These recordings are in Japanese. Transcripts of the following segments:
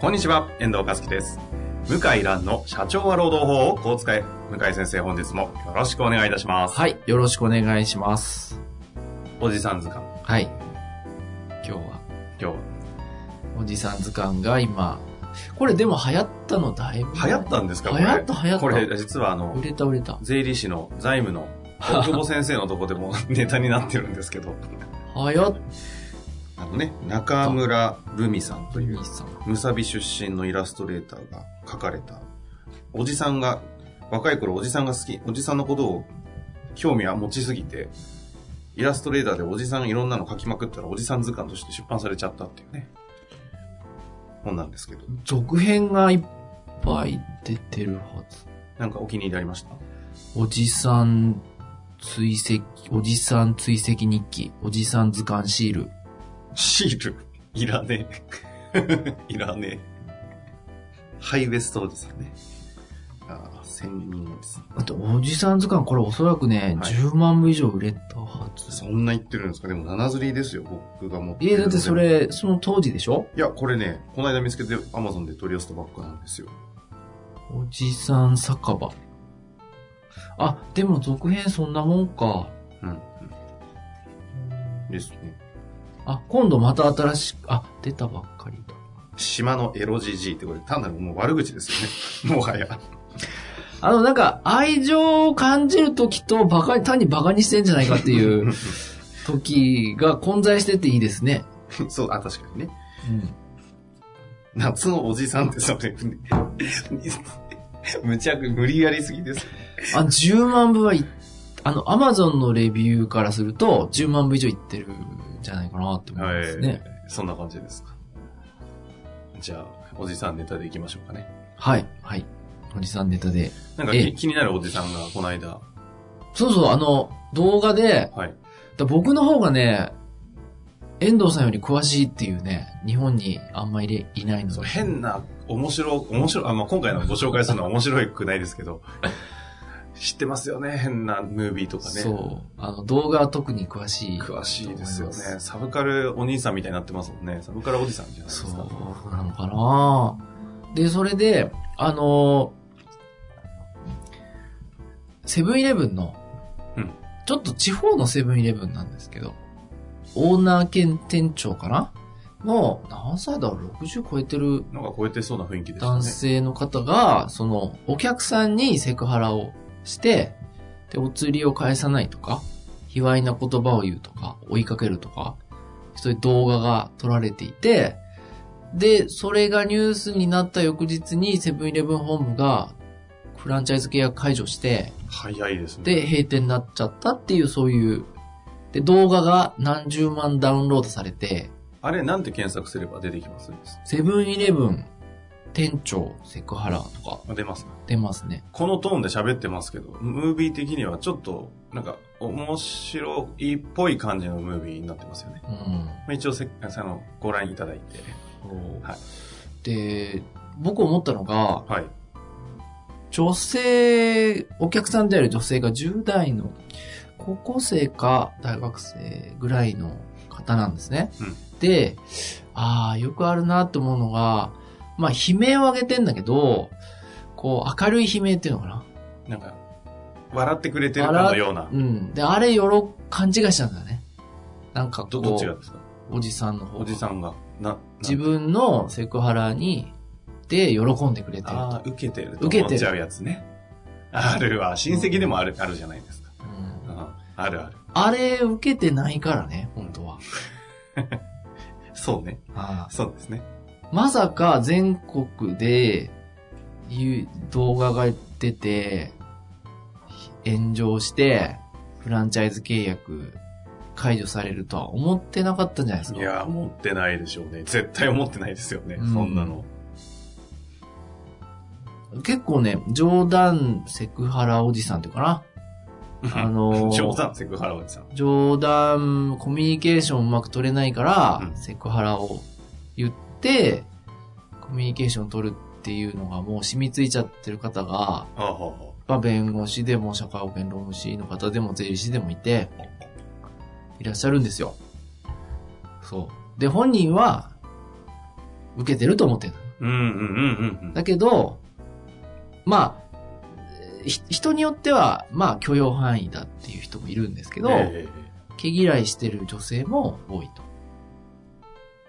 こんにちは、遠藤和樹です。向井蘭の社長は労働法をこう使え。向井先生、本日もよろしくお願いいたします。はい、よろしくお願いします。おじさん図鑑、はい。今日は、今おじさん図鑑が今、これでも流行ったのだいぶ日。前。流行ったんですか流行った流行ったこれ、これ実はあの売、れた売れた。税理士の財務の大久保先生のとこでもネタになってるんですけど、流行っあのね、中村ルミさんたという兄、さん。ムサビ出身のイラストレーターが書かれた、おじさんが、若い頃おじさんが好き、おじさんのことを興味は持ちすぎて、イラストレーターでおじさんいろんなの書きまくったらおじさん図鑑として出版されちゃったっていうね、本なんですけど、続編がいっぱい出てるはず。なんかお気に入りありましたおじさん追跡、おじさん追跡日記、おじさん図鑑シール。シール、いらねえ。 いらねえ。ハイウエストおじさんね。ああ、千人おじさん。あと、おじさん図鑑、これおそらくね、はい10万部以上売れたはず。そんな言ってるんですかでも、七釣りですよ、僕が持ってるえ、だってそれ、その当時でしょいや、これね、この間見つけて Amazon で取り寄せたばっかなんですよ。おじさん酒場。あ、でも続編そんなもんか。うん。ですね。あ、今度また新しく、あ、出たばっかりだ。島のエロジジイってこれ単なるもう悪口ですよね。も はや。あの、なんか、愛情を感じるときと、バカに、単にバカにしてんじゃないかっていう 時が混在してていいですね。そう、あ、確かにね。うん。夏のおじさんってそれ、むちゃく無理やりすぎです。あ、10万部はい、あの、アマゾンのレビューからすると、10万部以上いってるんじゃないかなって思いますね。そんな感じですか。じゃあ、おじさんネタでいきましょうかね。はい、はい。おじさんネタで。なんかえきえ気になるおじさんがこの間、そうそう、あの、動画で、はい。だ僕の方がね、遠藤さんより詳しいっていうね、日本にあんまりいないのそうで。変な、面白、面白、あ、まあ、今回のご紹介するのは面白くないですけ ど、知ってますよね、変なムービーとかね。そう。あの、動画は特に詳しい。詳しいですよねと思いま。サブカルお兄さんみたいになってますもんね。サブカルおじさんじゃないですそか。うなのかなで、それで、あのセブンイレブンの、うんちょっと地方のセブンイレブンなんですけど、オーナー兼店長かなの、何歳だろう ?60 超えてるなんか超えてそうな雰囲気でした男ね。性の方が、その、お客さんにセクハラをして、で、お釣りを返さないとか、卑猥な言葉を言うとか、追いかけるとか、そういう動画が撮られていて、で、それがニュースになった翌日にセブンイレブン本部がフランチャイズ契約解除して、早いですね。で、閉店になっちゃったっていう、そういう、で、動画が何十万ダウンロードされて、あれ、なんて検索すれば出てきますセブンイレブン店長セクハラとかあ出ますね。出ますね。このトーンで喋ってますけど、ムービー的にはちょっと、なんか、面白いっぽい感じのムービーになってますよね。うん。まあ一応せっあの、ご覧いただいて。はいで、僕思ったのが、はい。女性、お客さんである女性が10代の高校生か大学生ぐらいの方なんですね。うんで、ああ、よくあるなって思うのが、まあ、悲鳴を上げてんだけど、こう、明るい悲鳴っていうのかな。なんか、笑ってくれてるかのようなう。ん。で、あれ、よろ、勘違いしちゃうんだよね。なんかこう、ど、どっちがですかおじさんの方がおじさんが。な、な自分のセクハラに、で、喜んでくれてると。ああ、受けてると思っちゃうやつね。あるわ。親戚でもある、あるじゃないですか。うんうんあるある。あれ受けてないからね、本当は。そうね。そうですね。まさか全国でいう動画が出て、炎上して、フランチャイズ契約解除されるとは思ってなかったんじゃないですいか。やー、持ってないでしょうね。絶対思ってないですよね。うんそんなの。結構ね、冗談セクハラおじさんっていう かな。あのー冗談、セクハラおじさん。冗談、コミュニケーションうまく取れないから、うんセクハラを言って、コミュニケーション取るっていうのがもう染みついちゃってる方が、ああ、はまあ、弁護士でも社会保険労務士の方でも税理士でもいて、いらっしゃるんですよ。そう。で、本人は、受けてると思ってる。うんうんうんだけど、まあ、ひ人によっては、まあ、許容範囲だっていう人もいるんですけうんうど、ん。え毛嫌いしてる女性も多いと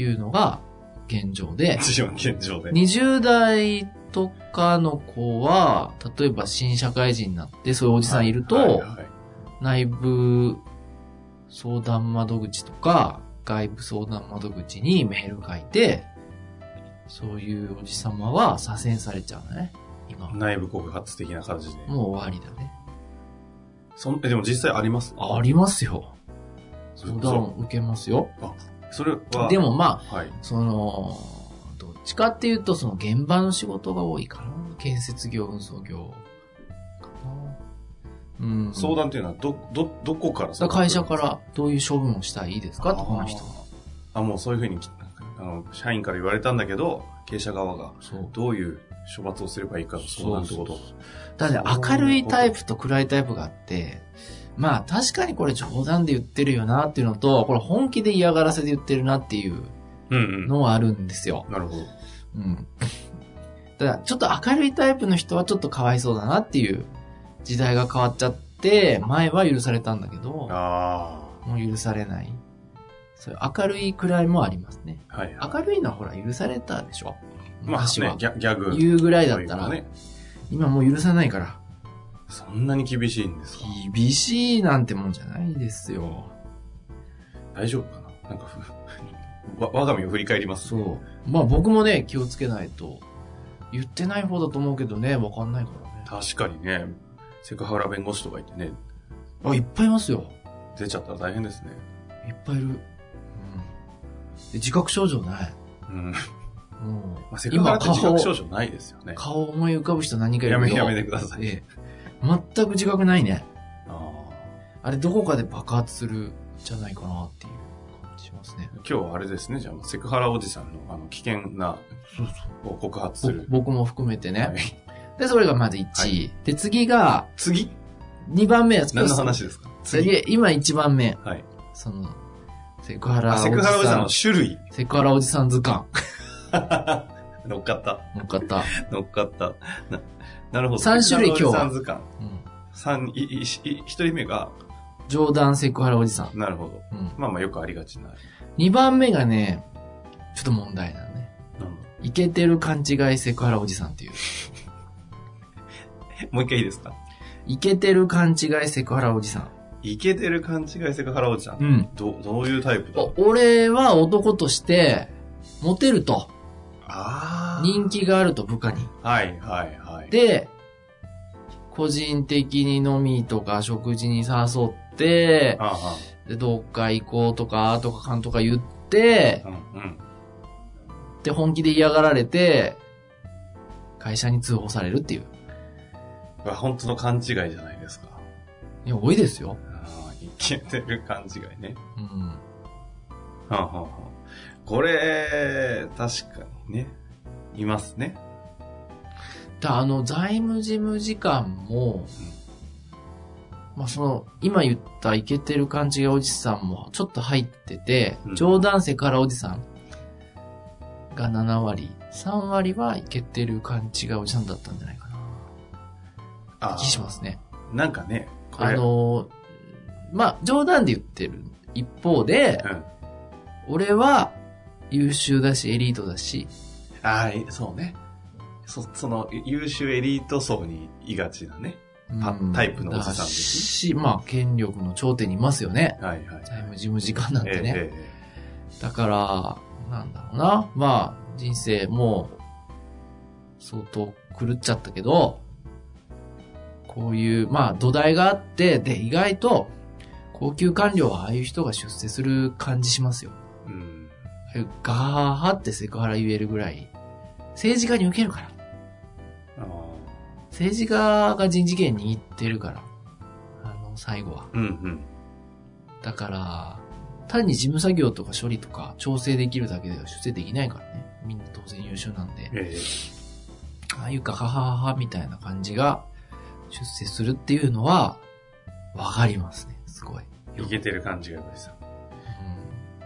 いうのが現状えで、一応現状で。 20代とかの子は、例えば新社会人になって、そういうおじさんいるはいと、はい内部相談窓口とか、外部相談窓口にメール書いて、そういうおじさまは左遷されちゃうのね。今。も内部告発的な感じで。う終わりだね。そんえでも実際ありますありますよ。そ相そ談受けますよ。それは、で、もまあ、はい。その、どっちかっていうと、その現場の仕事が多いかな。建設業、運送業かな。うん。相談っていうのは、ど、ど、どこからだから会社からどういう処分をしたらいいですかとあーこの人は。あ、もうそういうふうに、あの、社員から言われたんだけど、経営者側が、そう。どういう処罰をすればいいかの相談ってこと。そうだって明るいタイプと暗いタイプがあって、まあ確かにこれ冗談で言ってるよなっていうのと、これ本気で嫌がらせで言ってるなっていううんうん。のはあるんですよ。なるほど。うん。ただ、ちょっと明るいタイプの人はちょっとかわいそうだなっていう時代が変わっちゃって、前は許されたんだけど、もあう許されない。そういう明るいくらいもありますね。あ。はい。明るいのはほら許されたでしょまあ昔ねは、。ギャギャグ。言うぐらいだったとら、いうかね。今もう許さないから。そんなに厳しいんですか厳しいなんてもんじゃないですよ。大丈夫かななんかふ、 わ我が身を振り返ります。そう。まあ僕もね、気をつけないと。言ってない方だと思うけどね、わかんないからね。確かにね、セクハラ弁護士とか言ってね、あ、いっぱいいますよ。出ちゃったら大変ですね。いっぱいいる。うん、で自覚症状ない。うん。まもあ、うセクハラ今って自覚症顔、状ないですよね。顔思い浮かぶ人何人かいやるめけど。やめてください。ええ全く自覚ないね。ああれどこかで爆発するんじゃないかなっていう感じしますねー。今日はあれですね、じゃあ、セクハラおじさんのあの危険なそうを告発する。僕も含めてね。はいで、それがまず1位。はいで、次が次2番目や何の話ですか次。次、今1番目。はい。その、セクハラおあじセクハラおじさんさのん。種類。 セクハラおじさん図鑑。乗っかった。の 方。乗っかった。ななるほど。三種類今日は3図鑑。うん。三、い、い、い一人目が、冗談セクハラおじさん。なるほど。うん。まあまあよくありがちな。 2番目がね、ちょっと問題だね。なんだイケてる勘違いセクハラおじさんっていう。もう一回いいですかイケてる勘違いセクハラおじさん。イケてる勘違いセクハラおじさん。ん。ど、どういうタイプだ俺は男として、モテると。あー人気があると部下に。はいはいはい。で、個人的に飲みとか食事に誘って、ああ、で、どっか行こうとか、とかかんとか言ってう、んうん。で、本気で嫌がられて、会社に通報されるっていう。うわ本当の勘違いじゃないですか。いや、多いですよ。あーイケてる勘違いね。うん。はんはんはんこれ、確かにね。いますね。だあの財務事務次官も、まあその今言ったイケてる感じがおじさんもちょっと入ってて、うん冗談性からおじさんが7割3割はイケてる感じがおじさんだったんじゃないかあなー気しますねなんかね、これ。あのまあ冗談で言ってる一方でうん。俺は優秀だしエリートだしああ、いそうね。そ、その、優秀エリート層にいがちなね。タうんタイプのおじさんですねだしまあ権力の頂点にいますよねはいはい。財務事務次官なんてね、えええだから、なんだろうな。まあ、人生もう、相当狂っちゃったけど、こういう、まあ、土台があって、で、意外と、高級官僚はああいう人が出世する感じしますよ。うん。ああいうガーハってセクハラ言えるぐらい、政治家に受けるから。ああ。政治家が人事権握ってるから。あの、最後は。うんうん。だから、単に事務作業とか処理とか調整できるだけでは出世できないからね。みんな当然優秀なんで。ええああいうガハハハみたいな感じが出世するっていうのは、わかりますね。すごい。いけてる感じがやっぱりさ。う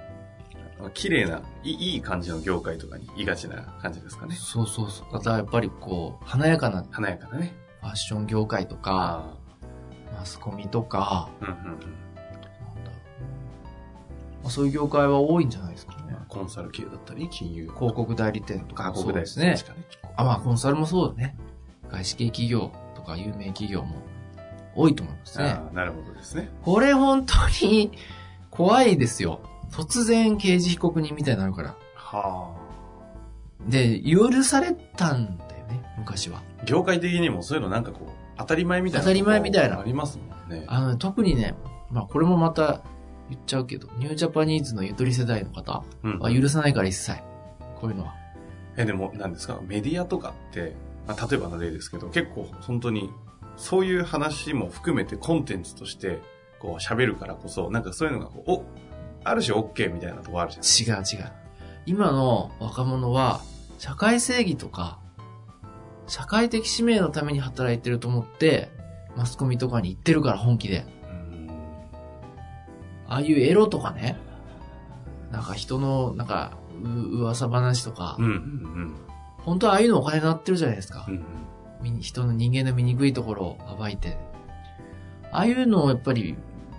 綺麗な、いいいい感じの業界とかにいがちな感じですかん、ね。そうそうそう。だからやっぱりこう、華やかなフ華やかだね。ァッション業界とか、あマスコミとか、あ。うんうんなんだろうまあそういう業界は多いんじゃないですかねうん。。コンサル系だったり、金融、広告代理店とか広もそ告う代理です店ねし。かね。あ、まあコンサルもそうだね。外資系企業とか有名企業も多いと思いますね。ああ、なるほどですね。これ本当に怖いですよ。突然刑事被告人みたいになるから。はで、許されたんだよね、昔は。あ。業界的にもそういうのなんかこう、当たり前みたいな。当たり前みたいなありますもんね。あのね、特にね、まあこれもまた言っちゃうけど、ニュージャパニーズのゆとり世代の方うんは許さないから一切。こういうのは。え、でも、なんですか、メディアとかって、まあ、例えばの例ですけど、結構本当に、そういう話も含めてコンテンツとして、こう喋るからこそ、なんかそういうのがこう、おある種 OK みたいなとこあるじゃん。違う違う。今の若者は、社会正義とか、社会的使命のために働いてると思って、マスコミとかに行ってるから本気で。ああいうエロとかね、なんか人の、なんか、う噂話とか、うんうん本当はああいうのお金になってるじゃないですかうん。う。んみ人の人間の醜いところを暴いて。ああいうのをやっぱり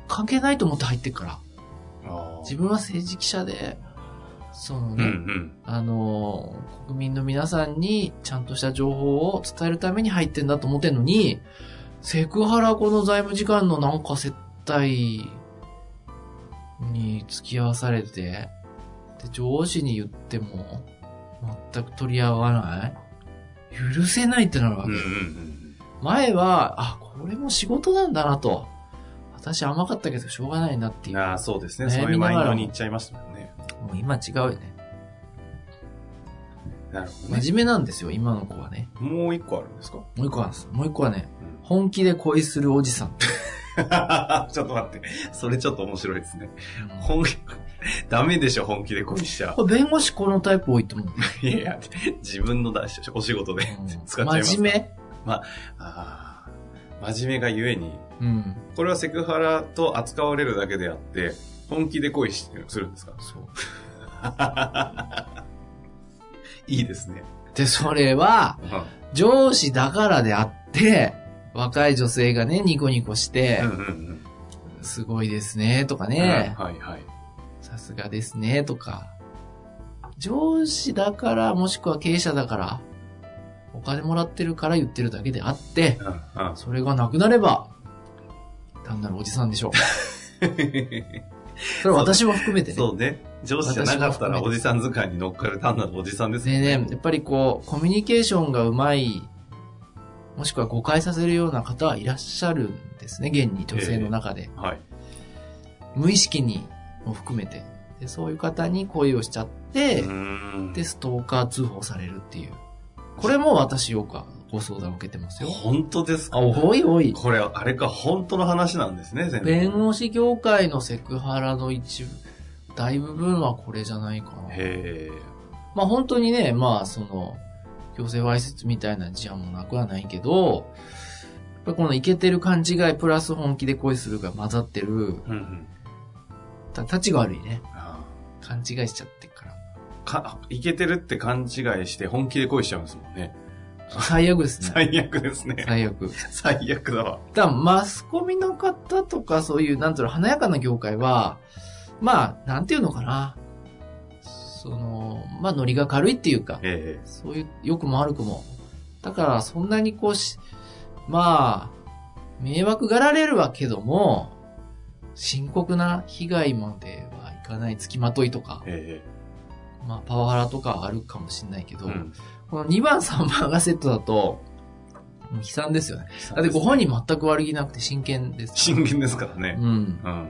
関係ないと思って入ってるから。あ自分は政治記者で、そのうんね、うん。あの、国民の皆さんにちゃんとした情報を伝えるために入ってんだと思ってんのに、セクハラこの財務次官のなんか接待に付き合わされて、で、上司に言っても、全く取り合わない許せないってなるわうけ。んうんうん。前は、あ、これも仕事なんだなと。私甘かったけどしょうがないなっていう。ああ、そうですね。悩みそういうマインながドらに行っちゃいましたもんね。もう今違うよね。なるほどね。真面目なんですよ、今の子はね。もう一個あるんですか、もう一個あるんです。もう一個はね、うん、本気で恋するおじ さん。ちょっと待って。それちょっと面白いですね。本気、 ダメでしょ、本気で恋しちゃ。これ弁護士このタイプ多いと思う。いやいや、自分のだしお仕事で 使っちゃいます。真面ああ、真面目がゆえに、目うん。これはセクハラと扱われるだけであって、本気で恋しするんですかそう。 いいですね。で、それは、う上司だからであって、若い女性がね、ニコニコしてん、うんうんすごいですね、とかうん。ね、はいはい。さすがですね、とか。上司だから、もしくは経営者だから、お金もらってるから言ってるだけであって、うんうんそれがなくなれば、単なるおじさんでしょう。それは私も含め てね。そうね。上司じゃなかったらおじさん図鑑に乗っかる単なるおじさんですもでんね、やっぱりこう、コミュニケーションがうまい、もしくは誤解させるような方はいらっしゃるんですね、現に女性の中で。はい。無意識にも含めてで。そういう方に恋をしちゃって、うーんで、ストーカー通報されるっていう。これも私よくご相談を受けてますよ。本当ですかあ、おいおい。これ、あれか、本当の話なんですね、全部弁護士業界のセクハラの一部、大部分はこれじゃないかな。へえ。まあ本当にね、まあその、強制わいせつみたいな事案もなくはないけど、やっぱりこのイケてる勘違いプラス本気で恋するが混ざってる、うんうん。た、たちが悪いね。あ勘違いしちゃってるから。ーか、いけてるって勘違いして本気で恋しちゃうんですもんね。最悪ですね。最悪ですね。 最悪。最悪だわ。だからマスコミの方とかそういう、なんつうの、華やかな業界は、まあ、なんていうのかな。その、まあ、ノリが軽いっていうか、えそういう、良くも悪くも。だから、そんなにこうし、まあ、迷惑がられるわけども、深刻な被害まではいかない付きまといとかえ、えまあ、パワハラとかはあるかもしれないけえど、うんこの2番、3番がセットだと、もう悲惨ですよね。だだってご本人全く悪気なくて真剣です。真剣ですからね。うん。うん。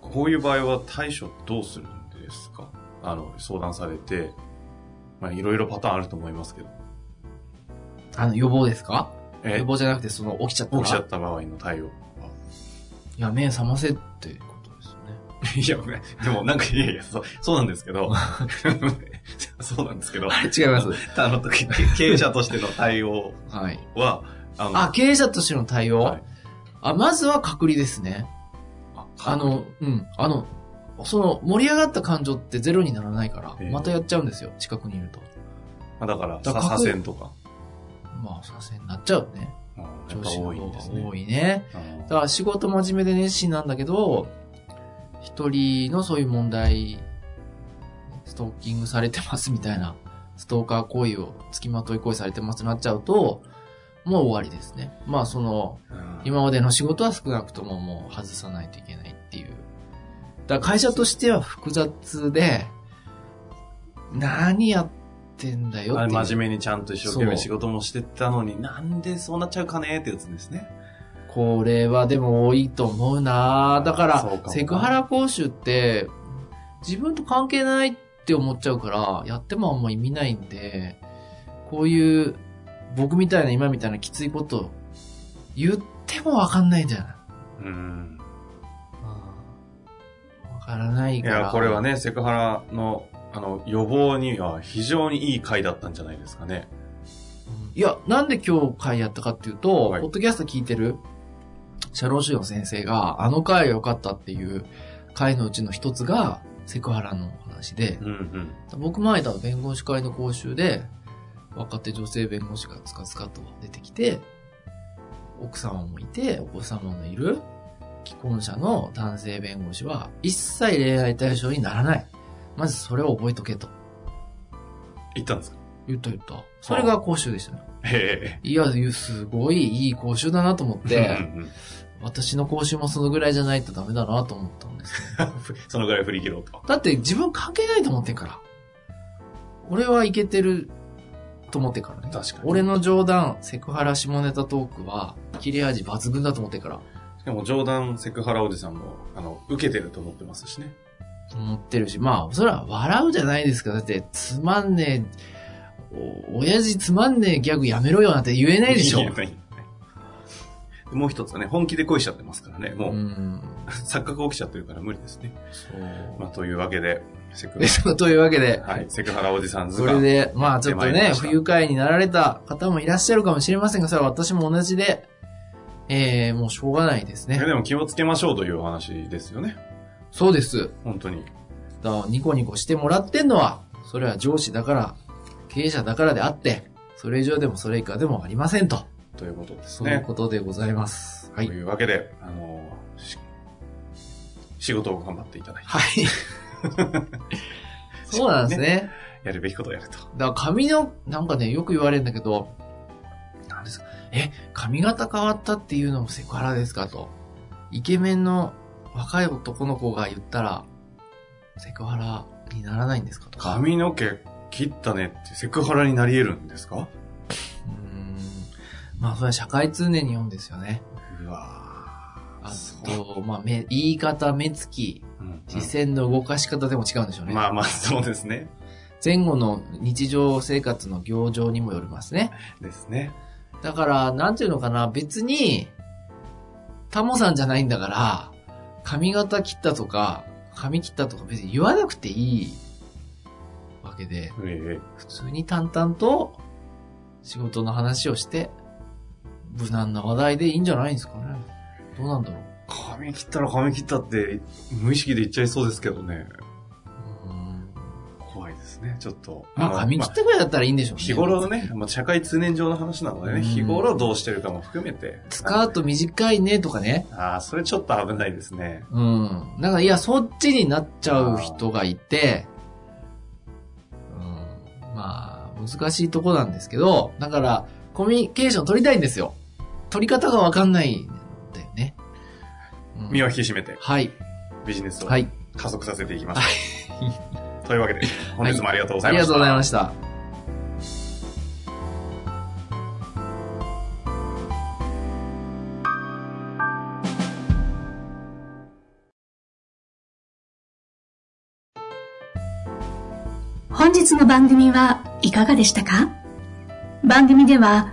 こういう場合は対処どうするんですかあの、相談されて、まあ、いろいろパターンあると思いますけど。あの、予防ですかえ予、防じゃなくて、その、起きちゃった起ら。きちゃった場合の対応は。いや、目覚ませってことですよね。いや、ねでもなんか、いやいや、そう、そうなんですけ ど、そうなんですけど、あれ 違います。あの、け経営者としての対応はい。は、あの、あ、経営者としての対応、はいあ、まずは隔離ですね。あ、の、うん。あの、その、盛り上がった感情ってゼロにならないからえ、えまたやっちゃうんですよ。近くにいると。まあだから、だから左遷とか、まあ、左遷になっちゃうね。うんやっ上ぱ司の多い方んがですね。多いね。うんだから仕事真面目で熱心なんだけど、一人のそういう問題、ストーキングされてますみたいな、ストーカー行為を、付きまとい行為されてますってなっちゃうと、もう終わりですね。まあその、うん今までの仕事は少なくとももう外さないといけないっていう。だから会社としては複雑で、何やってんだよあっれていう。真面目にちゃんと一生懸そう命仕事もしてたのに、なんでそうなっちゃうかねってやつですね。これはでも多いと思うなだかそうかもら、なセクハラ講習って、自分と関係ないって思っちゃうから、やってもあんま意味ないんで、こういう、僕みたいな今みたいなきついこと、言ってもわかんないんじゃないうん。わからないいから。や、これはね、セクハラの、あの、予防には非常にいい回だったんじゃないですかね。いや、なんで今日会やったかっていうと、はいポッドキャスト聞いてる、社労士の先生が、あの会良かったっていう会のうちの一つが、セクハラの話で、うんうん。僕前だ弁護士会の講習で、若手女性弁護士がつかつかと出てきて、奥様もいて、お子様のいる、既婚者の男性弁護士は、一切恋愛対象にならない。まずそれを覚えとけと。行ったんですか言った言った。それが講習でしたね。へいや、すごいいい講習だなと思っえ。うて、んうん私の講習もそのぐらいじゃないとダメだなと思ったんです。そのぐらい振り切ろうと。だって自分関係ないと思ってんから。俺はいけてると思ってんからね。確かに。俺の冗談、セクハラ下ネタトークは、切れ味抜群だと思ってんから。しかも冗談セクハラおじさんも、あの、受けてると思ってますしね。思ってるし、まあ、それは笑うじゃないですか。だって、つまんねえ、お親父つまんねえギャグやめろよなんて言えないでしょ。言えないもう一つはね、本気で恋しちゃってますからね。うもう、ん。錯覚起きちゃってるから無理ですね。そう まあ、というわけで、セクで。そうというわけで、 はい、セクハラおじさん図そ鑑れで、まあちょっとやってまいりねま、した不愉快になられた方もいらっしゃるかもしれませんが、それは私も同じで、えー、もうしょうがないですいやね。でも気をつけましょうというお話ですよね。そうです。本当に。だからニコニコしてもらってんのは、それは上司だから、経営者だからであって、それ以上でもそれ以下でもありませんと。ということですそういうね。ことでございます。はとい。いうわけで、あのし仕事を頑張っていただいて、はい。 そうなんですね。やるべきことをやると。だから髪の、なんかね、よく言われるんだけど、なんですか、え、髪型変わったっていうのもセクハラですかと。イケメンの若い男の子が言ったら、セクハラにならないんですかとか。髪の毛切ったねってセクハラになり得るんですかうーん。まあ、それは社会通念に読んですよね。うわあそうと、まあ、目、言い方、目つき、うんうん視線の動かし方でも違うんでしょうね。まあ まあ、そうですね。前後の日常生活の行情にもよりますね。ですね。だから、なんていうのかな、別に、タモさんじゃないんだから、髪型切ったとか、髪切ったとか別に言わなくていいわけで、ええ普通に淡々と仕事の話をして、無難な話題でいいんじゃないんですかね。どうなんだろう。髪切ったら髪切ったって、無意識で言っちゃいそうですけどね。うーん怖いですね、ちょっと。まあ髪切ったぐらいだったらいいんでしょうね。日頃のね、まあ、社会通念上の話なのでうね、ん日頃どうしてるかも含めて。スカート短いねとかね。ああ、それちょっと危ないですね。うん。なんか、いや、そっちになっちゃう人がいて、うん。まあ、難しいとこなんですけど、だから、コミュニケーション取りたいんですよ。取り方がわかんないんだよね。うん身を引き締めてはい。ビジネスをはい。加速させていきましょう。というわけで、本日もありがとうござあいりまがしとうたござい。ました。本日の番組はいかがでしたか番組では